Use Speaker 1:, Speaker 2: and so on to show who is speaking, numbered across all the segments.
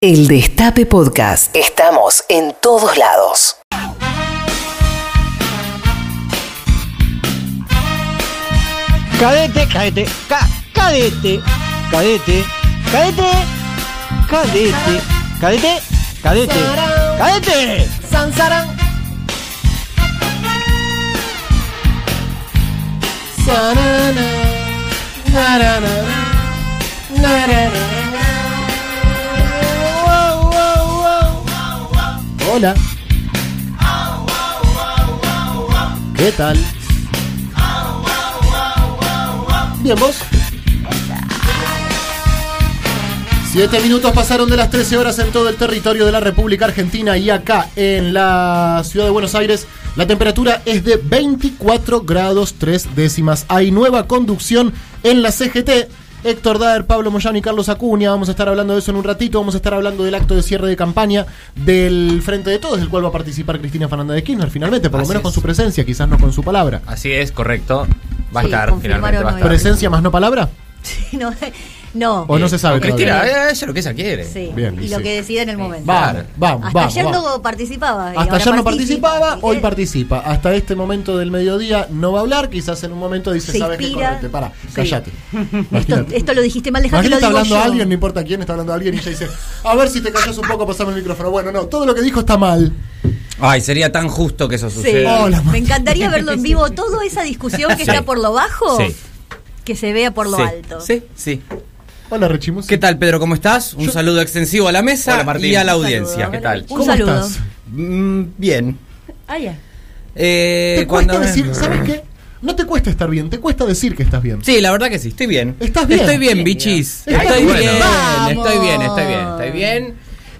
Speaker 1: El Destape Podcast. Estamos en todos lados.
Speaker 2: Cadete, cadete, ca- cadete, cadete, cadete, cadete, cadete, cadete, cadete.
Speaker 3: Sansarán. Sarana. Narana. Narana. Wow, wow, wow.
Speaker 2: Hola. ¿Qué tal?
Speaker 3: Bien, vos.
Speaker 4: Siete minutos pasaron de las 13 horas en todo el territorio de la República Argentina y acá en la ciudad de Buenos Aires la temperatura es de 24 grados 3 décimas. Hay nueva conducción en la CGT. Héctor Daer, Pablo Moyano y Carlos Acuña, vamos a estar hablando de eso en un ratito, vamos a estar hablando del acto de cierre de campaña del Frente de Todos, del cual va a participar Cristina Fernández de Kirchner, finalmente, por lo
Speaker 5: Así
Speaker 4: menos con
Speaker 5: es.
Speaker 4: su presencia, quizás no con su palabra.
Speaker 5: Así es, correcto. Va a
Speaker 6: Sí,
Speaker 5: estar,
Speaker 6: confirmaron
Speaker 5: finalmente va a
Speaker 6: hoy.
Speaker 5: estar.
Speaker 4: ¿Presencia más no palabra?
Speaker 6: No, no.
Speaker 4: O no se sabe
Speaker 5: Cristina,
Speaker 4: todavía.
Speaker 5: eh, ella lo que ella quiere.
Speaker 6: Sí,
Speaker 4: Bien,
Speaker 6: y
Speaker 4: y
Speaker 6: lo
Speaker 4: sí.
Speaker 6: que decida en el momento.
Speaker 4: Vamos, vamos,
Speaker 6: Hasta
Speaker 4: vamos,
Speaker 6: ayer
Speaker 4: vamos.
Speaker 6: no participaba. y
Speaker 4: Hasta
Speaker 6: ahora
Speaker 4: ayer no
Speaker 6: participa,
Speaker 4: participaba,
Speaker 6: así
Speaker 4: hoy
Speaker 6: que-
Speaker 4: participa. Hasta este momento del mediodía no va a hablar, quizás en un momento dice,
Speaker 6: Se
Speaker 4: sabes qué,
Speaker 6: inspira".
Speaker 4: correte, pará,
Speaker 6: Sí.
Speaker 4: callate.
Speaker 6: Esto,
Speaker 4: Imagínate.
Speaker 6: esto lo dijiste mal, dejá que
Speaker 4: Imagínate está
Speaker 6: lo digo
Speaker 4: hablando
Speaker 6: yo.
Speaker 4: alguien, no importa quién está hablando alguien, y ella dice, a ver si te callas un poco, pasame el micrófono. Bueno, no, todo lo que dijo está mal.
Speaker 7: Ay, sería tan justo que eso
Speaker 6: Sí.
Speaker 7: suceda.
Speaker 4: Hola,
Speaker 6: Me
Speaker 4: Mati.
Speaker 6: encantaría verlo en vivo. Toda esa discusión que
Speaker 5: Sí.
Speaker 6: está por lo bajo,
Speaker 5: Sí.
Speaker 6: que se vea por lo
Speaker 7: Sí,
Speaker 6: alto.
Speaker 7: Sí, sí.
Speaker 4: Hola, Rechimus.
Speaker 7: ¿Qué tal, Pedro? ¿Cómo estás? Un saludo extensivo a la mesa
Speaker 5: Hola, Martín.
Speaker 7: y a la
Speaker 5: Un
Speaker 7: audiencia.
Speaker 6: saludo.
Speaker 5: ¿Qué tal?
Speaker 6: Un saludo.
Speaker 4: estás?
Speaker 7: Mm, bien.
Speaker 6: Ah, ya.
Speaker 7: Eh,
Speaker 4: Te cuesta
Speaker 7: cuando-
Speaker 4: decir, ¿sabes qué? No te cuesta estar bien, te cuesta decir que estás bien.
Speaker 7: Sí, la verdad que sí, estoy bien.
Speaker 4: ¿Estás bien?
Speaker 7: Estoy bien, bichis.
Speaker 4: Estás
Speaker 7: Estoy,
Speaker 4: bueno.
Speaker 7: bien,
Speaker 6: Vamos.
Speaker 7: estoy bien, estoy bien, estoy bien.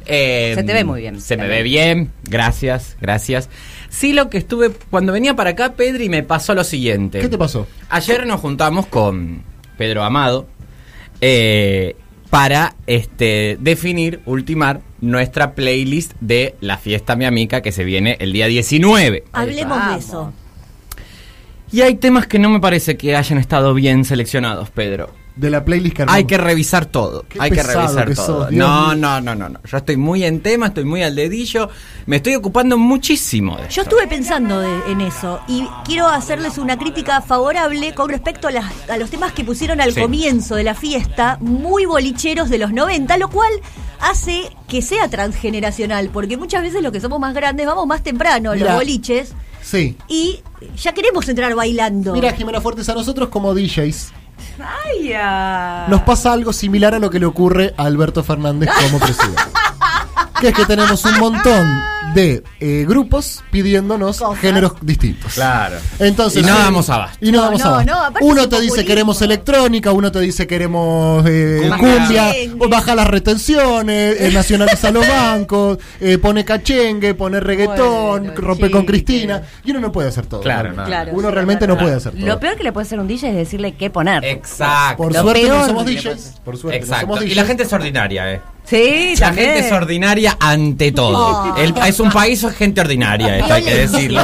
Speaker 7: Eh,
Speaker 8: Se te ve muy bien.
Speaker 7: Se me ve bien, gracias, gracias. Sí, lo que estuve, cuando venía para acá, Pedri, me pasó lo siguiente.
Speaker 4: ¿Qué te pasó?
Speaker 7: Ayer nos juntamos con Pedro Amado eh, para este, definir, ultimar nuestra playlist de la fiesta mi amiga que se viene el día 19.
Speaker 6: Hablemos de
Speaker 8: Vamos.
Speaker 6: eso.
Speaker 7: Y hay temas que no me parece que hayan estado bien seleccionados, Pedro.
Speaker 4: De la playlist que
Speaker 7: Hay
Speaker 4: armamos.
Speaker 7: que revisar todo.
Speaker 4: Qué
Speaker 7: hay que
Speaker 4: pesado
Speaker 7: revisar
Speaker 4: que
Speaker 7: todo.
Speaker 4: sos, Dios
Speaker 7: no,
Speaker 4: mío.
Speaker 7: no, no, no, no. Yo estoy muy en tema, estoy muy al dedillo. Me estoy ocupando muchísimo de
Speaker 6: Yo
Speaker 7: esto.
Speaker 6: estuve pensando de- en eso y quiero hacerles una crítica favorable con respecto a, las- a los temas que pusieron al
Speaker 7: Sí.
Speaker 6: comienzo de la fiesta, muy bolicheros de los 90, lo cual hace que sea transgeneracional, porque muchas veces los que somos más grandes vamos más temprano a los
Speaker 4: Mirá.
Speaker 6: boliches
Speaker 4: Sí.
Speaker 6: y ya queremos entrar bailando.
Speaker 4: Mira, Jimena Fuertes, a nosotros como DJs
Speaker 8: Ay, ah.
Speaker 4: nos pasa algo similar a lo que le ocurre a Alberto Fernández como presidente. que es que tenemos un montón de eh, grupos pidiéndonos géneros distintos.
Speaker 5: Claro.
Speaker 4: Entonces,
Speaker 7: Y no
Speaker 4: sí,
Speaker 7: damos abasto.
Speaker 4: Y no damos
Speaker 6: no,
Speaker 4: abasto.
Speaker 6: no, aparte
Speaker 4: uno
Speaker 6: es
Speaker 4: te dice
Speaker 6: populismo.
Speaker 4: queremos electrónica, uno te dice queremos eh,
Speaker 7: Cumbia.
Speaker 4: cumbia,
Speaker 6: Cachengue.
Speaker 4: baja las retenciones, eh, nacionaliza los bancos, eh, pone cachengue, pone reggaetón,
Speaker 8: Bueno,
Speaker 4: rompe con
Speaker 8: chiques.
Speaker 4: Cristina. Y uno no puede hacer todo.
Speaker 5: Claro,
Speaker 4: realmente.
Speaker 5: no.
Speaker 6: Claro.
Speaker 4: Uno
Speaker 6: sí,
Speaker 4: realmente
Speaker 6: es
Speaker 4: no
Speaker 6: verdad.
Speaker 4: puede hacer todo.
Speaker 8: Lo peor que le puede hacer un DJ es decirle qué poner.
Speaker 7: Exacto.
Speaker 4: Por
Speaker 8: Lo
Speaker 4: suerte no
Speaker 8: peor
Speaker 4: somos
Speaker 8: que
Speaker 4: DJs. Por suerte
Speaker 7: Exacto.
Speaker 4: no somos DJs.
Speaker 7: y la gente es ordinaria, eh.
Speaker 8: Sí,
Speaker 7: La
Speaker 8: también. Oh.
Speaker 7: gente es ordinaria ante todo. El- es un país, es gente ordinaria, esto hay que decirlo.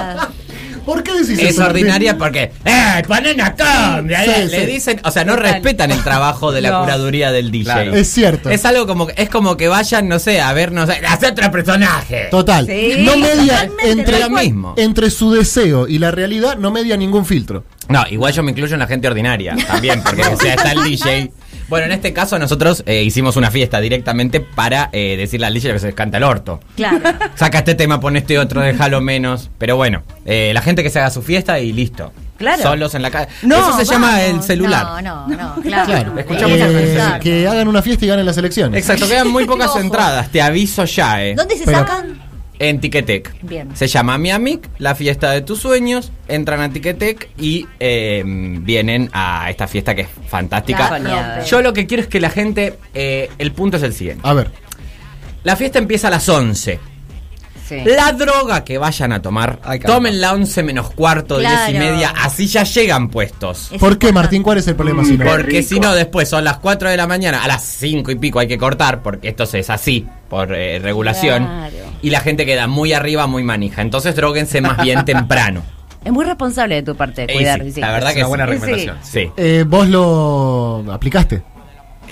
Speaker 4: ¿Por qué decís
Speaker 7: Es
Speaker 4: eso, Martín?
Speaker 7: ordinaria porque ¡Eh, ponen acá!
Speaker 4: Sí,
Speaker 7: le
Speaker 4: sí.
Speaker 7: dicen, o sea, no
Speaker 8: Total.
Speaker 7: respetan el trabajo de la
Speaker 8: No.
Speaker 7: curaduría del DJ.
Speaker 5: Claro.
Speaker 4: Es cierto.
Speaker 7: Es algo como que- es como que vayan, no sé, a eh, ver, no sé, las otras personajes.
Speaker 4: Total.
Speaker 8: Sí,
Speaker 4: no media
Speaker 6: totalmente,
Speaker 4: entre,
Speaker 7: lo mismo.
Speaker 4: entre su deseo y la realidad, no media ningún filtro.
Speaker 7: No, igual yo me incluyo en la gente ordinaria también, porque o sea, está el DJ. Bueno, en este caso nosotros eh, hicimos una fiesta directamente para eh, decirle al DJ que se les canta el orto.
Speaker 6: Claro.
Speaker 7: Saca este tema, pon este otro, déjalo menos. Pero bueno, eh, la gente que se haga su fiesta y listo.
Speaker 8: Claro.
Speaker 7: Solos en la calle.
Speaker 8: No,
Speaker 7: Eso se llama el
Speaker 6: Vamos,
Speaker 7: celular.
Speaker 6: No, no, no, claro.
Speaker 4: Claro.
Speaker 7: Escuchamos
Speaker 4: Eh,
Speaker 7: a
Speaker 6: pensar.
Speaker 4: que hagan una fiesta y ganen las elecciones.
Speaker 7: Exacto, quedan muy pocas
Speaker 6: Ojo.
Speaker 7: entradas, te aviso ya, eh.
Speaker 6: ¿Dónde se
Speaker 4: Pero-
Speaker 6: sacan?
Speaker 7: En Ticketek.
Speaker 8: Bien.
Speaker 7: Se llama Miami, la fiesta de tus sueños. Entran a Ticketek y eh, vienen a esta fiesta que es fantástica.
Speaker 8: La rompe.
Speaker 7: Yo lo que quiero es que la gente. eh, el punto es el siguiente.
Speaker 4: A ver,
Speaker 7: La fiesta empieza a las 11.
Speaker 8: Sí.
Speaker 7: La droga que vayan a tomar, tomen la 11 menos cuarto,
Speaker 6: Claro.
Speaker 7: 10 y media. Así ya llegan puestos.
Speaker 6: Es
Speaker 4: ¿por qué,
Speaker 6: importante.
Speaker 4: Martín? ¿Cuál es el
Speaker 7: Mm,
Speaker 4: problema? si no?
Speaker 7: Porque si no, después son las 4 de la mañana, a las 5 y pico hay que cortar, porque esto es así, por eh, regulación.
Speaker 8: Claro.
Speaker 7: Y la gente queda muy arriba, muy manija. Entonces, droguense más bien temprano.
Speaker 8: Es muy responsable de tu parte
Speaker 7: Eh,
Speaker 8: cuidar.
Speaker 7: sí,
Speaker 8: sí.
Speaker 7: La verdad
Speaker 5: Es
Speaker 7: que
Speaker 5: una
Speaker 7: sí.
Speaker 5: buena
Speaker 8: Sí, sí.
Speaker 5: recomendación.
Speaker 7: Sí.
Speaker 4: Eh, vos lo Eh, aplicaste.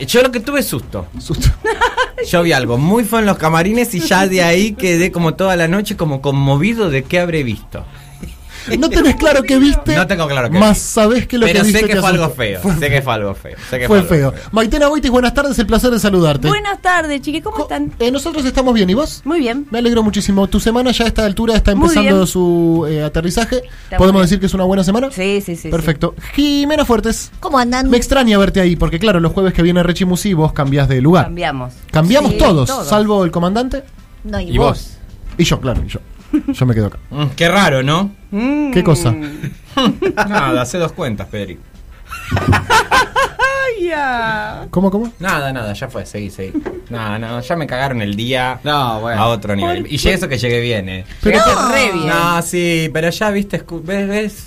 Speaker 7: Yo lo que tuve es susto.
Speaker 4: Susto.
Speaker 7: Yo vi algo muy feo en los camarines y ya de ahí quedé como toda la noche como conmovido de qué habré visto.
Speaker 4: No tenés claro qué viste.
Speaker 7: No tengo claro qué
Speaker 4: Más
Speaker 7: vi.
Speaker 4: sabés que lo
Speaker 7: Pero
Speaker 4: que viste
Speaker 7: sé que
Speaker 4: te
Speaker 7: fue algo
Speaker 4: asustó.
Speaker 7: feo.
Speaker 4: Fue,
Speaker 7: sé que fue algo feo. sé que
Speaker 4: fue
Speaker 7: algo
Speaker 4: feo. Maitena Boitis, buenas tardes. El placer de saludarte.
Speaker 8: Buenas tardes, chiques, ¿cómo están?
Speaker 4: Eh, nosotros estamos bien. ¿Y vos?
Speaker 8: Muy bien.
Speaker 4: Me alegro muchísimo. Tu semana ya a esta altura está
Speaker 8: Muy
Speaker 4: empezando
Speaker 8: bien.
Speaker 4: su eh, aterrizaje. ¿Podemos
Speaker 8: bien.
Speaker 4: decir que es una buena semana?
Speaker 8: Sí, sí, sí.
Speaker 4: Perfecto. Jimena Fuertes.
Speaker 6: ¿Cómo andan?
Speaker 4: Me extraña verte ahí, porque claro, los jueves que viene Rechi Musi vos cambiás de
Speaker 8: sí.
Speaker 4: lugar.
Speaker 8: Cambiamos.
Speaker 4: Cambiamos
Speaker 8: Sí,
Speaker 4: todos, salvo el comandante
Speaker 6: No, y,
Speaker 7: ¿Y
Speaker 6: vos.
Speaker 7: vos?
Speaker 4: y yo, claro, y yo. Yo me quedo acá.
Speaker 7: Mm, qué raro, ¿no?
Speaker 8: Mm.
Speaker 4: ¿Qué cosa?
Speaker 7: Nada, hace dos cuentas, Pedrito.
Speaker 4: ¿Cómo, cómo?
Speaker 7: Nada, nada, ya fue, seguí, seguí. No, no, ya me cagaron el día
Speaker 5: No, bueno.
Speaker 7: a otro nivel. Y eso que llegué bien, eh.
Speaker 8: Llegaste re bien.
Speaker 7: No, sí, pero ya viste, escu- ves, ves.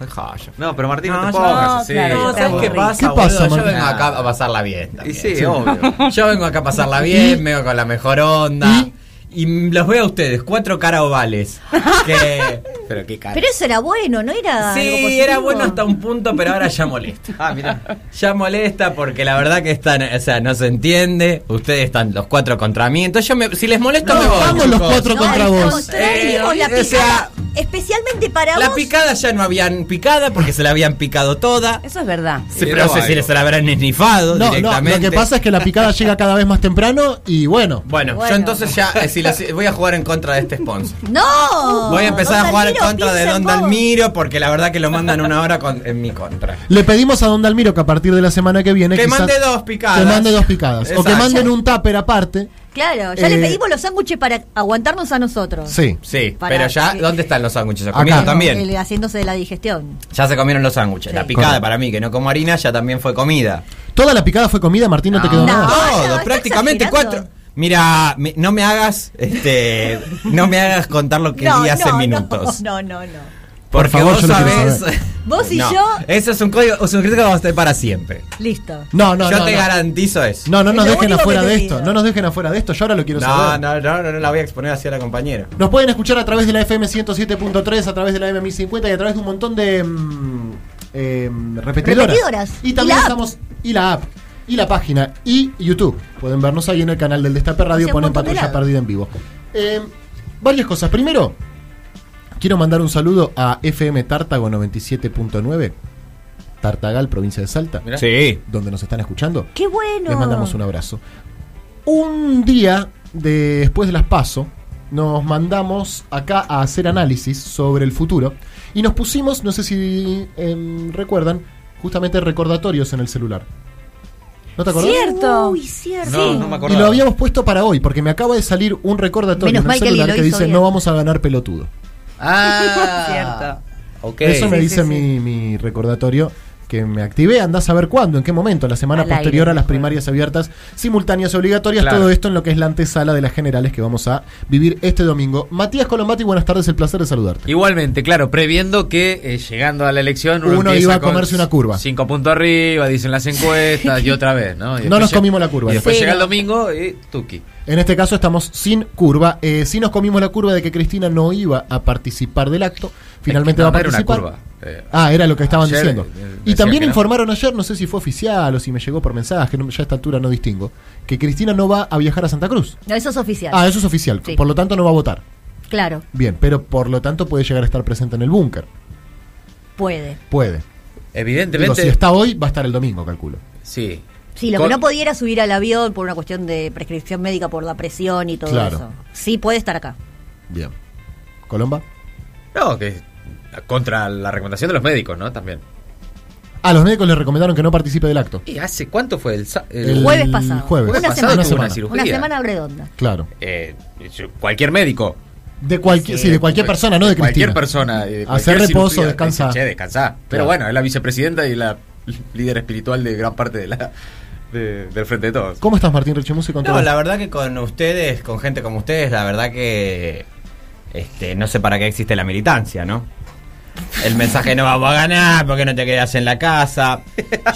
Speaker 7: Dejá, yo-
Speaker 5: No, pero Martín, no,
Speaker 7: No,
Speaker 5: te
Speaker 7: yo-
Speaker 5: pongas así.
Speaker 8: claro,
Speaker 7: No,
Speaker 8: yo
Speaker 7: ¿sabes qué
Speaker 8: aburrí.
Speaker 7: pasa?
Speaker 4: ¿Qué
Speaker 7: boludo?
Speaker 4: pasa,
Speaker 7: Yo
Speaker 4: Martín?
Speaker 7: vengo acá a pasarla bien.
Speaker 5: Y
Speaker 7: también.
Speaker 5: sí, obvio.
Speaker 7: Yo vengo acá a pasarla bien, vengo con la mejor onda. Y m- los veo a ustedes, cuatro cara ovales. Que- pero qué cara.
Speaker 6: Pero eso era bueno, ¿no era algo
Speaker 7: sí,
Speaker 6: positivo?
Speaker 7: era bueno hasta un punto, pero ahora ya molesta.
Speaker 5: Ah, mira.
Speaker 7: Ya molesta porque la verdad que están, o sea, no se entiende. Ustedes están los cuatro contra mí. Entonces yo me, si les molesto
Speaker 4: No,
Speaker 7: me voy.
Speaker 4: vamos los
Speaker 7: chicos.
Speaker 4: cuatro
Speaker 6: No,
Speaker 4: contra
Speaker 6: al
Speaker 4: vos.
Speaker 6: contrario,
Speaker 7: Eh,
Speaker 6: la
Speaker 7: o
Speaker 6: picada,
Speaker 7: sea,
Speaker 6: especialmente para
Speaker 7: La
Speaker 6: vos.
Speaker 7: picada ya no habían picada porque se la habían picado toda.
Speaker 8: Eso es verdad.
Speaker 7: Sí, pero no sé si
Speaker 5: algo.
Speaker 7: les se la habrán esnifado
Speaker 4: No, no,
Speaker 7: directamente.
Speaker 4: lo que pasa es que la picada llega cada vez más temprano y bueno.
Speaker 7: Bueno,
Speaker 8: Bueno.
Speaker 7: yo entonces ya eh, si las- voy a jugar en contra de este sponsor.
Speaker 6: No.
Speaker 7: Voy a empezar a
Speaker 6: Don
Speaker 7: jugar en
Speaker 6: Dalmiro,
Speaker 7: contra de
Speaker 6: piensa
Speaker 7: Don
Speaker 6: en vos.
Speaker 7: Dalmiro porque la verdad que lo mandan una hora con- en mi contra.
Speaker 4: Le pedimos a Don Dalmiro que a partir de la semana que viene.
Speaker 7: Que
Speaker 4: quizás-
Speaker 7: mande dos picadas.
Speaker 4: Que mande dos picadas. O que
Speaker 7: Exacto.
Speaker 4: manden un tupper aparte.
Speaker 6: Claro, ya
Speaker 4: Eh,
Speaker 6: le pedimos los sándwiches para aguantarnos a nosotros.
Speaker 4: Sí.
Speaker 7: Sí,
Speaker 6: Para-
Speaker 7: pero ya, ¿dónde están los sándwiches? ¿Se
Speaker 4: Acá.
Speaker 7: comieron
Speaker 6: Pero
Speaker 7: también?
Speaker 6: el- haciéndose de la digestión.
Speaker 7: Ya se comieron los sándwiches.
Speaker 6: Sí.
Speaker 7: La picada
Speaker 4: Correcto.
Speaker 7: para mí, que no como harina, ya también fue comida.
Speaker 4: Toda la picada fue comida, Martín, no, te quedó
Speaker 6: No.
Speaker 4: nada.
Speaker 7: Todo,
Speaker 6: está
Speaker 7: prácticamente
Speaker 6: exagerando.
Speaker 7: cuatro. Mira, me- no me hagas, este, no me hagas contar lo que di hace minutos.
Speaker 6: No, no, no.
Speaker 4: Por
Speaker 7: Porque
Speaker 4: favor,
Speaker 7: vos
Speaker 4: yo lo quiero
Speaker 7: sabés.
Speaker 4: saber.
Speaker 6: Vos y yo-
Speaker 7: Eso es un código, es un código que vamos a estar para siempre.
Speaker 6: Listo.
Speaker 4: No, no,
Speaker 7: yo
Speaker 4: no.
Speaker 7: te
Speaker 4: no.
Speaker 7: garantizo eso.
Speaker 4: No, no nos
Speaker 6: Lo
Speaker 4: dejen
Speaker 6: único que
Speaker 4: afuera
Speaker 6: te
Speaker 4: de
Speaker 6: pido.
Speaker 4: esto. No nos dejen afuera de esto. Yo ahora lo quiero
Speaker 7: No,
Speaker 4: saber.
Speaker 7: no, no, no, no la voy a exponer así a la compañera.
Speaker 4: Nos pueden escuchar a través de la FM 107.3, a través de la M1050 y a través de un montón de mm, em, repetidoras.
Speaker 6: Repetidoras.
Speaker 4: Y
Speaker 6: Y la
Speaker 4: también
Speaker 6: app.
Speaker 4: estamos. Y la app. Y la página. Y YouTube. Pueden vernos ahí en el canal del Destape Radio.
Speaker 6: Hace un
Speaker 4: Ponen
Speaker 6: montón de
Speaker 4: patrulla
Speaker 6: lados.
Speaker 4: perdida en vivo. Em, varias cosas. Primero, quiero mandar un saludo a FM Tártago 97.9, Tartagal, provincia de Salta,
Speaker 5: Mirá.
Speaker 7: Sí.
Speaker 4: donde nos están escuchando.
Speaker 6: Qué bueno.
Speaker 4: Les mandamos un abrazo. Un día de- después de las PASO, nos mandamos acá a hacer análisis sobre el futuro y nos pusimos, no sé si em, recuerdan, justamente recordatorios en el celular. ¿No te acordás?
Speaker 8: Cierto.
Speaker 6: Uy, cierto.
Speaker 5: No, no me
Speaker 4: Y
Speaker 5: acordaba.
Speaker 4: lo habíamos puesto para hoy, porque me acaba de salir un recordatorio en
Speaker 6: Menos
Speaker 4: el
Speaker 6: mal que
Speaker 4: celular
Speaker 6: alguien
Speaker 4: que
Speaker 6: lo hizo
Speaker 4: dice
Speaker 6: bien.
Speaker 4: no vamos a ganar pelotudo.
Speaker 5: Ah,
Speaker 8: Cierto.
Speaker 5: ok.
Speaker 4: Eso me
Speaker 8: Sí,
Speaker 4: dice
Speaker 8: sí,
Speaker 4: mi, mi recordatorio que me activé, andás a ver cuándo, en qué momento, la semana
Speaker 8: Al aire,
Speaker 4: posterior a las
Speaker 8: mejor.
Speaker 4: primarias abiertas, simultáneas obligatorias,
Speaker 5: Claro.
Speaker 4: todo esto en lo que es la antesala de las generales que vamos a vivir este domingo. Matías Colombati, buenas tardes, el placer de saludarte.
Speaker 5: Igualmente, claro, previendo que eh, llegando a la elección
Speaker 4: Uno
Speaker 5: empieza
Speaker 4: iba a
Speaker 5: con
Speaker 4: comerse una curva.
Speaker 5: Cinco puntos arriba, dicen las encuestas y otra vez, ¿no? Y
Speaker 4: No
Speaker 5: después
Speaker 4: nos
Speaker 5: lleg-
Speaker 4: comimos la curva.
Speaker 5: Y después
Speaker 6: Sí,
Speaker 5: llega
Speaker 6: no.
Speaker 5: el domingo y tuki.
Speaker 4: En este caso estamos sin curva. Eh, sí nos comimos la curva de que Cristina no iba a participar del acto. Finalmente
Speaker 5: no,
Speaker 4: va a
Speaker 5: no era una
Speaker 4: participar.
Speaker 5: curva. Eh,
Speaker 4: Ah, era lo que estaban
Speaker 5: ayer,
Speaker 4: diciendo.
Speaker 5: eh,
Speaker 4: Y
Speaker 5: decían
Speaker 4: también
Speaker 5: que no.
Speaker 4: informaron ayer, no sé si fue oficial o si me llegó por mensaje, no- ya a esta altura no distingo, que Cristina no va a viajar a Santa Cruz.
Speaker 6: No, eso es oficial.
Speaker 4: Ah, eso es oficial.
Speaker 6: Sí.
Speaker 4: Por lo tanto, no va a votar.
Speaker 6: Claro,
Speaker 4: Bien, pero por lo tanto puede llegar a estar presente en el búnker.
Speaker 6: puede.
Speaker 4: Puede. Digo,
Speaker 5: Evidentemente.
Speaker 4: si está hoy, va a estar el domingo, calculo.
Speaker 5: Sí.
Speaker 6: Sí, lo
Speaker 5: Con-
Speaker 6: que no podía era subir al avión por una cuestión de prescripción médica, por la presión y todo
Speaker 4: Claro.
Speaker 6: eso. Sí, puede estar acá.
Speaker 4: Bien. ¿Colomba?
Speaker 5: No, que contra la recomendación de los médicos, ¿no? También.
Speaker 4: A Ah, los médicos les recomendaron que no participe del acto.
Speaker 5: ¿Y hace cuánto fue el, sa- el-
Speaker 4: El
Speaker 6: jueves pasado.
Speaker 4: jueves.
Speaker 6: Una
Speaker 5: Jueves
Speaker 6: semana.
Speaker 5: pasado
Speaker 4: Una
Speaker 5: tuvo
Speaker 4: semana.
Speaker 5: una cirugía.
Speaker 6: Una semana redonda.
Speaker 4: Claro.
Speaker 5: Eh, yo- cualquier médico.
Speaker 4: De cualquier, sí, de cualquier persona, no de Cristina.
Speaker 5: Cualquier persona. eh, de
Speaker 4: Hacer
Speaker 5: cualquier
Speaker 4: reposo,
Speaker 5: cirugía, te
Speaker 4: descansa.
Speaker 5: dice, Che, descansá. Pero
Speaker 4: Claro.
Speaker 5: bueno, es la vicepresidenta y la líder espiritual de gran parte de la, de- del frente de todos.
Speaker 4: ¿Cómo estás, Martín Richimusi? Con
Speaker 7: No,
Speaker 4: todo?
Speaker 7: la verdad que con ustedes, con gente como ustedes, la verdad que este, no sé para qué existe la militancia, ¿no? El mensaje no vamos a ganar porque no te quedas en la casa.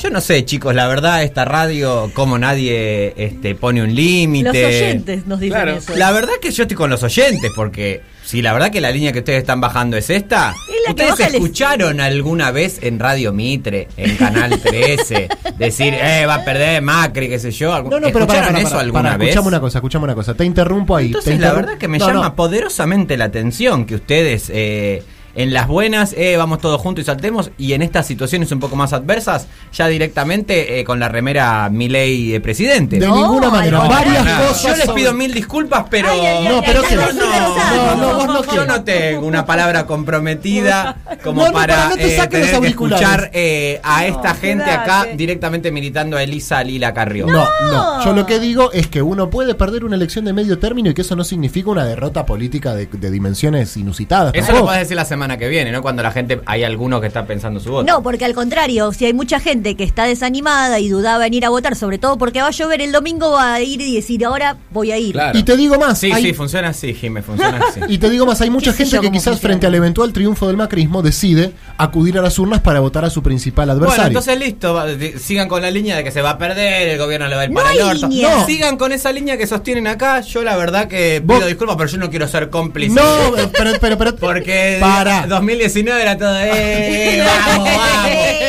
Speaker 7: Yo no sé, chicos, la verdad, esta radio, como nadie este, pone un límite.
Speaker 6: Los oyentes nos dicen
Speaker 7: Claro.
Speaker 6: eso.
Speaker 7: La verdad que yo estoy con los oyentes, porque si la verdad que la línea que ustedes están bajando es esta,
Speaker 6: Es la que
Speaker 7: ¿ustedes
Speaker 6: baja el-
Speaker 7: escucharon alguna vez en Radio Mitre, en Canal 13, decir, eh, va a perder Macri, qué sé yo? algún-
Speaker 4: No, no, pero para,
Speaker 7: ¿Escucharon
Speaker 4: para,
Speaker 7: eso
Speaker 4: para,
Speaker 7: alguna
Speaker 4: para,
Speaker 7: vez?
Speaker 4: Escuchame una cosa, escuchame una cosa. Te interrumpo ahí.
Speaker 7: Entonces,
Speaker 4: te
Speaker 7: la
Speaker 4: interrum-
Speaker 7: verdad que me
Speaker 4: No,
Speaker 7: llama
Speaker 4: no.
Speaker 7: poderosamente la atención que ustedes eh, en las buenas eh, vamos todos juntos y saltemos, y en estas situaciones un poco más adversas, ya directamente eh, con la remera Milei de presidente.
Speaker 4: De
Speaker 6: No,
Speaker 4: ninguna
Speaker 6: al
Speaker 4: manera.
Speaker 6: contrario.
Speaker 4: Varias
Speaker 7: Nada.
Speaker 4: cosas.
Speaker 7: Yo les
Speaker 4: son-
Speaker 7: pido mil disculpas, pero.
Speaker 6: Ay, ay, ay,
Speaker 4: No, pero
Speaker 6: ay,
Speaker 4: que-
Speaker 6: ay,
Speaker 4: no,
Speaker 6: ay,
Speaker 4: no, vos no
Speaker 7: Yo
Speaker 4: quiero.
Speaker 7: no tengo una palabra comprometida como
Speaker 4: No, no,
Speaker 7: para,
Speaker 4: para, no te
Speaker 7: eh,
Speaker 4: saques los
Speaker 7: tener que
Speaker 4: auriculares.
Speaker 7: escuchar eh, a esta gente acá
Speaker 8: quédate.
Speaker 7: directamente militando a Elisa Lila Carrió.
Speaker 4: No, no. Yo lo que digo es que uno puede perder una elección de medio término y que eso no significa una derrota política de, de dimensiones inusitadas.
Speaker 7: Eso lo
Speaker 4: tampoco.
Speaker 7: podés decir la semana que viene, ¿no? Cuando la gente, hay alguno que está pensando su voto.
Speaker 6: No, porque al contrario, si hay mucha gente que está desanimada y dudaba en ir a votar, sobre todo porque va a llover el domingo, va a ir y decir, ahora voy a ir.
Speaker 7: Claro.
Speaker 4: Y te digo más.
Speaker 7: Sí,
Speaker 4: hay-
Speaker 7: sí, funciona así, Jimé, funciona así.
Speaker 4: Y te digo más, hay mucha
Speaker 6: ¿Qué sé
Speaker 4: gente
Speaker 6: yo
Speaker 4: que
Speaker 6: cómo
Speaker 4: quizás
Speaker 6: funciona?
Speaker 4: frente al eventual triunfo del macrismo decide acudir a las urnas para votar a su principal
Speaker 7: Bueno,
Speaker 4: adversario.
Speaker 7: entonces listo, va- di- sigan con la línea de que se va a perder, el gobierno le va a ir
Speaker 6: No
Speaker 7: para el
Speaker 6: hay
Speaker 7: orto.
Speaker 6: línea. No.
Speaker 7: Sigan con esa línea que sostienen acá. Yo la verdad que
Speaker 4: Vos-
Speaker 7: pido disculpas, pero yo no quiero ser cómplice.
Speaker 4: no, eh, pero, pero, pero-
Speaker 7: Porque
Speaker 4: para.
Speaker 7: 2019 era todo, eh, vamos, vamos.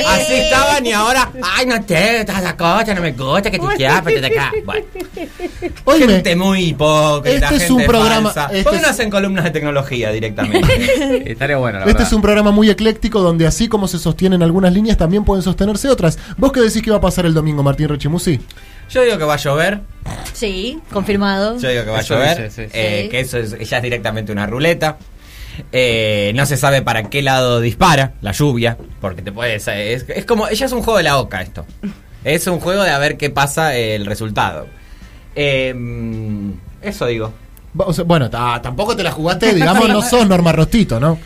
Speaker 7: Así estaban y ahora, ay, no te, estás la cosa, no me gusta que te quieras, pero te acá. Bueno,
Speaker 4: Oíme,
Speaker 7: gente muy hipócrita,
Speaker 4: Este es
Speaker 7: gente
Speaker 4: un programa-
Speaker 7: falsa.
Speaker 4: este
Speaker 7: ¿Por qué no
Speaker 4: es-
Speaker 7: hacen columnas de tecnología directamente?
Speaker 5: Estaría bueno, la
Speaker 4: Este
Speaker 5: verdad.
Speaker 4: es un programa muy ecléctico donde así como se sostienen algunas líneas también pueden sostenerse otras. ¿Vos qué decís que va a pasar el domingo, Martín Rechimusi?
Speaker 7: Yo digo que va a llover,
Speaker 6: Sí, confirmado.
Speaker 7: Yo digo que va
Speaker 5: Eso
Speaker 7: a llover,
Speaker 5: dice, sí, sí.
Speaker 7: eh,
Speaker 6: Sí.
Speaker 7: que eso es, ya es directamente una ruleta. Eh, no se sabe para qué lado dispara la lluvia, porque te puedes. Es, es como. Ya es un juego de la oca esto. Es un juego de a ver qué pasa eh, el resultado. Eh, eso digo.
Speaker 4: Va- o sea, bueno, ta- tampoco te la jugaste, digamos, no sos Norma Rostito, ¿no?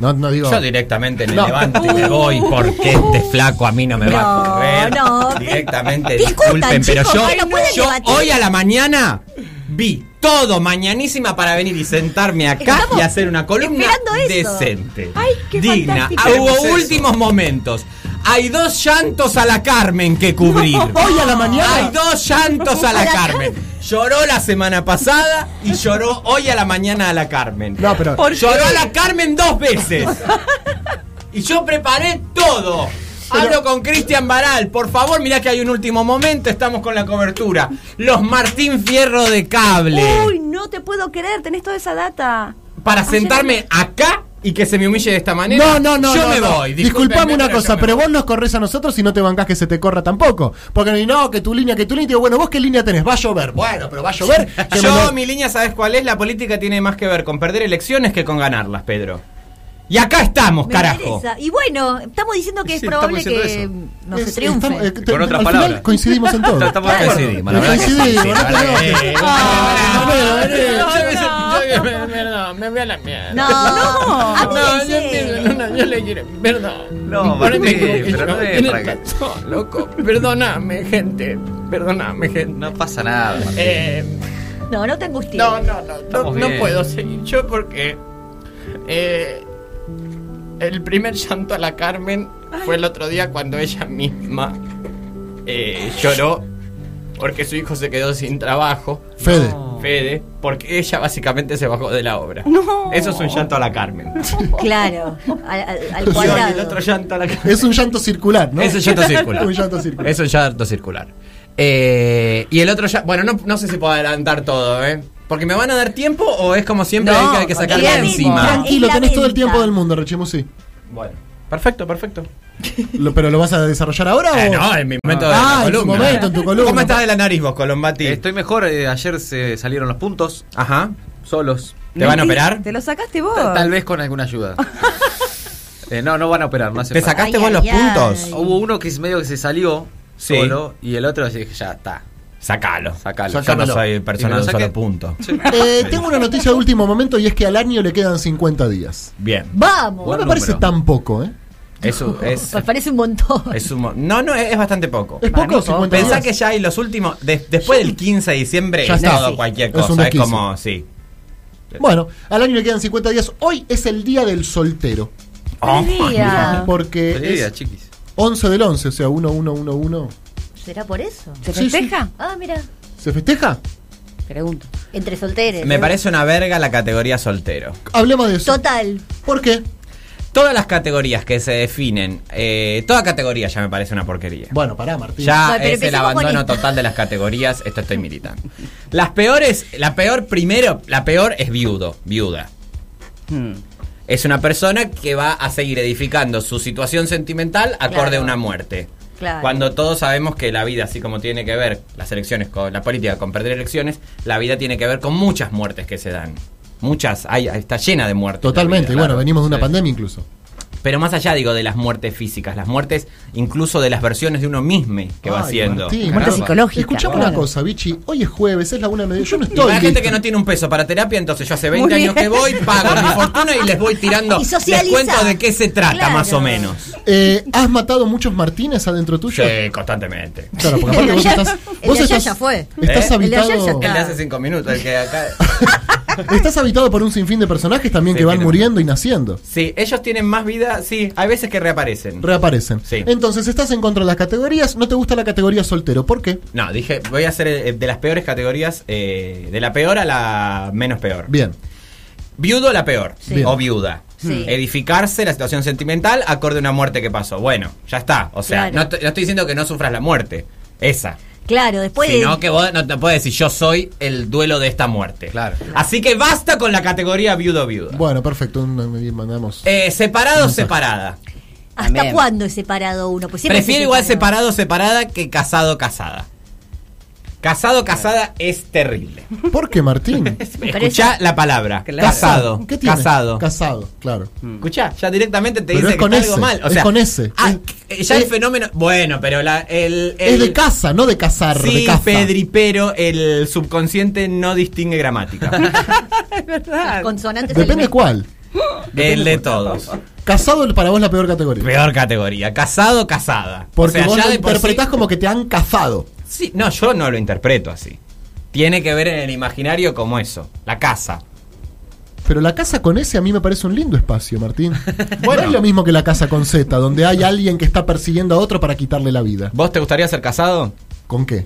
Speaker 4: No, no digo.
Speaker 7: Yo directamente en el
Speaker 4: No.
Speaker 7: levante me voy porque este flaco a mí no me va a
Speaker 6: No,
Speaker 7: correr.
Speaker 6: no.
Speaker 7: Directamente,
Speaker 6: Discutan,
Speaker 7: disculpen, pero
Speaker 6: chicos,
Speaker 7: yo,
Speaker 6: bueno, pueden
Speaker 7: yo
Speaker 6: debatir.
Speaker 7: hoy a la mañana vi todo mañanísima para venir y sentarme acá
Speaker 6: Estamos
Speaker 7: y hacer una columna
Speaker 6: esperando eso.
Speaker 7: decente.
Speaker 8: Ay, qué
Speaker 7: digna.
Speaker 8: fantástico.
Speaker 7: Ah,
Speaker 5: Queremos
Speaker 7: Hubo
Speaker 5: eso.
Speaker 7: últimos momentos. Hay dos llantos a la Carmen que cubrir.
Speaker 4: Hoy a la
Speaker 7: Hay
Speaker 4: mañana.
Speaker 7: dos llantos a
Speaker 6: A
Speaker 7: la
Speaker 6: la
Speaker 7: Carmen. Lloró la semana pasada y lloró hoy a la mañana a la Carmen.
Speaker 4: No, pero.
Speaker 8: ¿Por
Speaker 7: Lloró
Speaker 8: qué?
Speaker 7: a la Carmen dos veces. Y yo preparé todo. Hablo con Cristian Baral. Por favor, mirá que hay un último momento. Estamos con la cobertura. Los Martín Fierro de cable.
Speaker 8: Uy, no te puedo creer, tenés toda esa data.
Speaker 7: Para sentarme acá y que se me humille de esta manera.
Speaker 4: No, no, no.
Speaker 7: Yo
Speaker 4: no,
Speaker 7: me
Speaker 4: no.
Speaker 7: voy.
Speaker 4: Disculpame una cosa, pero
Speaker 7: vos
Speaker 4: vos nos corres a nosotros y no te bancás que se te corra tampoco. Porque no, que tu línea, que tu línea. Y digo, bueno, ¿vos qué línea tenés? Va a llover. Bueno, pero va a llover. que me
Speaker 7: Yo,
Speaker 4: lo-
Speaker 7: mi línea, ¿sabes cuál es? La política tiene más que ver con perder elecciones que con ganarlas, Pedro. Y acá estamos,
Speaker 6: Me
Speaker 7: carajo.
Speaker 6: interesa. Y bueno, estamos diciendo que es
Speaker 5: Sí, estamos
Speaker 6: probable
Speaker 5: diciendo
Speaker 6: que
Speaker 5: eso.
Speaker 6: no
Speaker 4: Es-
Speaker 6: se triunfe.
Speaker 4: estamos- eh, te-
Speaker 5: Con otras
Speaker 4: al final
Speaker 5: palabras.
Speaker 4: coincidimos en todo.
Speaker 5: Estamos de acuerdo.
Speaker 7: Coincidimos, la verdad que
Speaker 4: Coincidimos,
Speaker 7: sí, la
Speaker 4: ¿no?
Speaker 7: verdad que sí.
Speaker 4: Ah, bueno, eh.
Speaker 7: Yo me- yo me-
Speaker 6: No, no, apúrense.
Speaker 5: No, Martín, pero no es para que-
Speaker 7: loco. Perdóname, gente. Perdóname, gente. Eh,
Speaker 5: No pasa nada, Martín.
Speaker 6: no, no te angusties.
Speaker 7: No, no, no, no,
Speaker 5: Estamos
Speaker 7: no
Speaker 5: bien.
Speaker 7: puedo seguir yo porque eh, el primer llanto a la Carmen fue el otro día cuando ella misma eh, lloró porque su hijo se quedó sin trabajo,
Speaker 4: Fede.
Speaker 7: Fede, porque ella básicamente se bajó de la obra. Eso es un llanto a la Carmen.
Speaker 6: Claro, al, al- al
Speaker 7: Y el
Speaker 6: cuadrado.
Speaker 7: otro llanto a la Carmen.
Speaker 4: Es un llanto circular, ¿no?
Speaker 7: Es un llanto circular.
Speaker 4: Un llanto circular.
Speaker 7: Es un llanto circular. Eh, y el otro ya. Bueno, no, no sé si puedo adelantar todo, ¿eh? Porque me van a dar tiempo o es como siempre
Speaker 8: No,
Speaker 7: hay que- hay que
Speaker 8: con
Speaker 7: sacarlo de
Speaker 8: tiempo.
Speaker 7: encima.
Speaker 4: Tranquilo,
Speaker 6: Es la
Speaker 4: tenés todo el
Speaker 6: venta.
Speaker 4: tiempo del mundo, Rechimusi.
Speaker 7: Bueno. Perfecto, perfecto. Ah,
Speaker 4: Lo- ¿Pero lo vas a desarrollar ahora o.?
Speaker 7: en mi momento
Speaker 4: de la columna.
Speaker 7: ¿Cómo estás de la nariz vos, Colombati?
Speaker 5: Estoy mejor. eh, ayer se salieron los puntos
Speaker 7: Ajá.
Speaker 5: solos.
Speaker 7: ¿Te van a operar?
Speaker 8: Te lo sacaste vos.
Speaker 5: Tal vez con alguna ayuda. Eh, no, no van a operar. No hace
Speaker 7: ¿Te
Speaker 5: falta.
Speaker 7: sacaste
Speaker 6: Ay,
Speaker 7: vos
Speaker 6: ay,
Speaker 7: los
Speaker 6: ay.
Speaker 7: puntos?
Speaker 5: Hubo uno que es medio que se salió
Speaker 7: Sí.
Speaker 5: solo y el otro dije, ya está.
Speaker 7: Sacalo.
Speaker 5: Sacalo.
Speaker 7: Yo no
Speaker 5: Sácamelo.
Speaker 7: soy
Speaker 5: Y me
Speaker 7: persona
Speaker 5: lo
Speaker 7: de un
Speaker 5: saqué.
Speaker 7: solo punto.
Speaker 5: Sí.
Speaker 4: Eh, tengo una noticia de último momento y es que al año le quedan 50 días.
Speaker 7: Bien.
Speaker 6: Vamos,
Speaker 4: No
Speaker 5: Buen
Speaker 4: me parece
Speaker 5: número.
Speaker 4: tan poco, ¿eh?
Speaker 7: Eso es.
Speaker 6: me parece un montón.
Speaker 7: es un mo- no, no, es, es bastante poco.
Speaker 4: Es poco 50
Speaker 7: Pensá
Speaker 4: días.
Speaker 7: que ya hay los últimos. de- después del 15 de diciembre,
Speaker 4: Ya está.
Speaker 7: todo
Speaker 4: Sí.
Speaker 7: cualquier
Speaker 4: Es un
Speaker 7: cosa. Es,
Speaker 4: desquicio.
Speaker 7: como, sí.
Speaker 4: Bueno, al año le quedan 50 días. Hoy es el día del soltero.
Speaker 7: Oh,
Speaker 6: Trivia.
Speaker 4: Porque
Speaker 5: Trivia,
Speaker 4: es
Speaker 5: chiquis.
Speaker 4: 11 del 11, o sea, 1, 1, 1, 1.
Speaker 6: ¿Será por eso?
Speaker 9: ¿Se
Speaker 4: Sí, sí.
Speaker 9: festeja?
Speaker 6: Ah, mira,
Speaker 4: ¿Se festeja?
Speaker 9: Pregunto.
Speaker 6: entre solteres.
Speaker 7: Me parece una verga la categoría soltero.
Speaker 4: Hablemos de eso.
Speaker 6: Total.
Speaker 4: ¿Por qué?
Speaker 7: Todas las categorías que se definen, eh, toda categoría ya me parece una porquería.
Speaker 4: Bueno, pará, Martín.
Speaker 7: Ya
Speaker 6: Bueno, pero
Speaker 7: es el
Speaker 6: empecemos con
Speaker 7: abandono
Speaker 6: esta.
Speaker 7: total de las categorías, esto estoy militando. Las peores, la peor primero, la peor es viudo, viuda.
Speaker 6: Hmm.
Speaker 7: Es una persona que va a seguir edificando su situación sentimental acorde
Speaker 6: Claro.
Speaker 7: a una muerte.
Speaker 6: Claro.
Speaker 7: Cuando todos sabemos que la vida, así como tiene que ver las elecciones con la política, con perder elecciones, la vida tiene que ver con muchas muertes que se dan. Muchas, hay, está llena de muertes. la
Speaker 4: Totalmente.
Speaker 7: vida,
Speaker 4: bueno,
Speaker 7: claro.
Speaker 4: venimos de una
Speaker 7: Sí.
Speaker 4: pandemia incluso.
Speaker 7: Pero más allá, digo, de las muertes físicas, las muertes incluso de las versiones de uno mismo que va
Speaker 4: Ay,
Speaker 7: haciendo.
Speaker 4: Martín.
Speaker 9: Muerte
Speaker 7: Caramba.
Speaker 9: psicológica.
Speaker 4: Escuchame
Speaker 9: claro.
Speaker 4: una cosa, Bichi. Hoy es jueves, es la una de mediodía. Yo no
Speaker 7: Y
Speaker 4: estoy.
Speaker 7: para gente
Speaker 4: listo.
Speaker 7: que no tiene un peso para terapia, entonces yo hace 20
Speaker 9: Muy
Speaker 7: años
Speaker 9: bien.
Speaker 7: que voy, pago mi fortuna y les voy tirando.
Speaker 6: Y
Speaker 7: les
Speaker 6: socializa.
Speaker 7: cuento de qué se trata,
Speaker 6: Claro.
Speaker 7: más o menos.
Speaker 4: Eh, ¿Has matado muchos Martines adentro tuyo?
Speaker 7: Sí, constantemente.
Speaker 4: Claro, porque aparte
Speaker 6: El
Speaker 4: vos
Speaker 6: de ayer-
Speaker 4: estás.
Speaker 6: el de
Speaker 4: Vos
Speaker 6: ayer
Speaker 4: estás,
Speaker 6: ya fue.
Speaker 4: Estás
Speaker 7: ¿Eh?
Speaker 6: El de ayer
Speaker 4: habitado.
Speaker 6: ya está.
Speaker 7: El de hace 5 minutos, el que acá.
Speaker 4: Estás habitado por un sinfín de personajes también
Speaker 7: Sí,
Speaker 4: que van
Speaker 7: mira.
Speaker 4: muriendo y naciendo.
Speaker 7: Sí, ellos tienen más vida, sí, hay veces que reaparecen.
Speaker 4: Reaparecen.
Speaker 7: Sí.
Speaker 4: Entonces, estás en contra de las categorías. No te gusta la categoría soltero. ¿Por qué?
Speaker 7: No, dije, voy a hacer eh, de las peores categorías, eh, de la peor a la menos peor.
Speaker 4: Bien.
Speaker 7: Viudo la peor.
Speaker 4: Sí.
Speaker 7: O viuda.
Speaker 6: Sí.
Speaker 7: Edificarse la situación sentimental acorde a una muerte que pasó. Bueno, ya está. O sea,
Speaker 6: Claro.
Speaker 7: no, te- no estoy diciendo que no sufras la muerte. Esa.
Speaker 6: Claro, después de.
Speaker 7: Sino que vos no te puedes decir yo soy el duelo de esta muerte.
Speaker 5: Claro.
Speaker 7: Así que basta con la categoría viudo viuda.
Speaker 4: Bueno, perfecto. un- un- mandamos.
Speaker 7: Eh, separado separada.
Speaker 6: ¿Hasta
Speaker 9: También.
Speaker 6: cuándo es separado uno? Pues siempre
Speaker 7: Prefiero
Speaker 6: se
Speaker 7: igual
Speaker 6: separa.
Speaker 7: separado separada que casado casada. Casado casada es terrible.
Speaker 4: ¿Por qué, Martín?
Speaker 6: parece-
Speaker 7: Escucha la palabra.
Speaker 9: Claro.
Speaker 7: Casado.
Speaker 4: ¿Qué tiene?
Speaker 7: casado.
Speaker 4: Casado, claro.
Speaker 7: Escuchá, ya directamente te
Speaker 4: Pero
Speaker 7: dice
Speaker 4: es
Speaker 7: que
Speaker 4: con
Speaker 7: está algo
Speaker 4: ese,
Speaker 7: mal. O
Speaker 4: es
Speaker 7: sea,
Speaker 4: con ese.
Speaker 7: ah,
Speaker 4: Es-
Speaker 7: eh, ya el
Speaker 4: es-
Speaker 7: fenómeno. Bueno, pero la, el,
Speaker 4: Es
Speaker 7: el-
Speaker 4: de casa, no de cazar. de
Speaker 7: Sí,
Speaker 4: caza.
Speaker 7: Pedri, pero el subconsciente no distingue gramática.
Speaker 6: Las consonantes
Speaker 4: Depende
Speaker 6: alimentan.
Speaker 4: cuál.
Speaker 7: el de todos.
Speaker 4: Casado para vos es la peor categoría.
Speaker 7: Peor categoría. Casado, casada.
Speaker 4: Porque
Speaker 7: o sea,
Speaker 4: vos
Speaker 7: ya
Speaker 4: lo
Speaker 7: de por sí-
Speaker 4: interpretás como que te han cazado.
Speaker 7: Sí, no, yo no lo interpreto así. Tiene que ver en el imaginario como eso. La casa.
Speaker 4: Pero la casa con S a mí me parece un lindo espacio, Martín. Bueno, es lo mismo que la casa con Z, donde hay alguien que está persiguiendo a otro para quitarle la vida.
Speaker 7: ¿Vos te gustaría ser casado?
Speaker 4: ¿Con qué?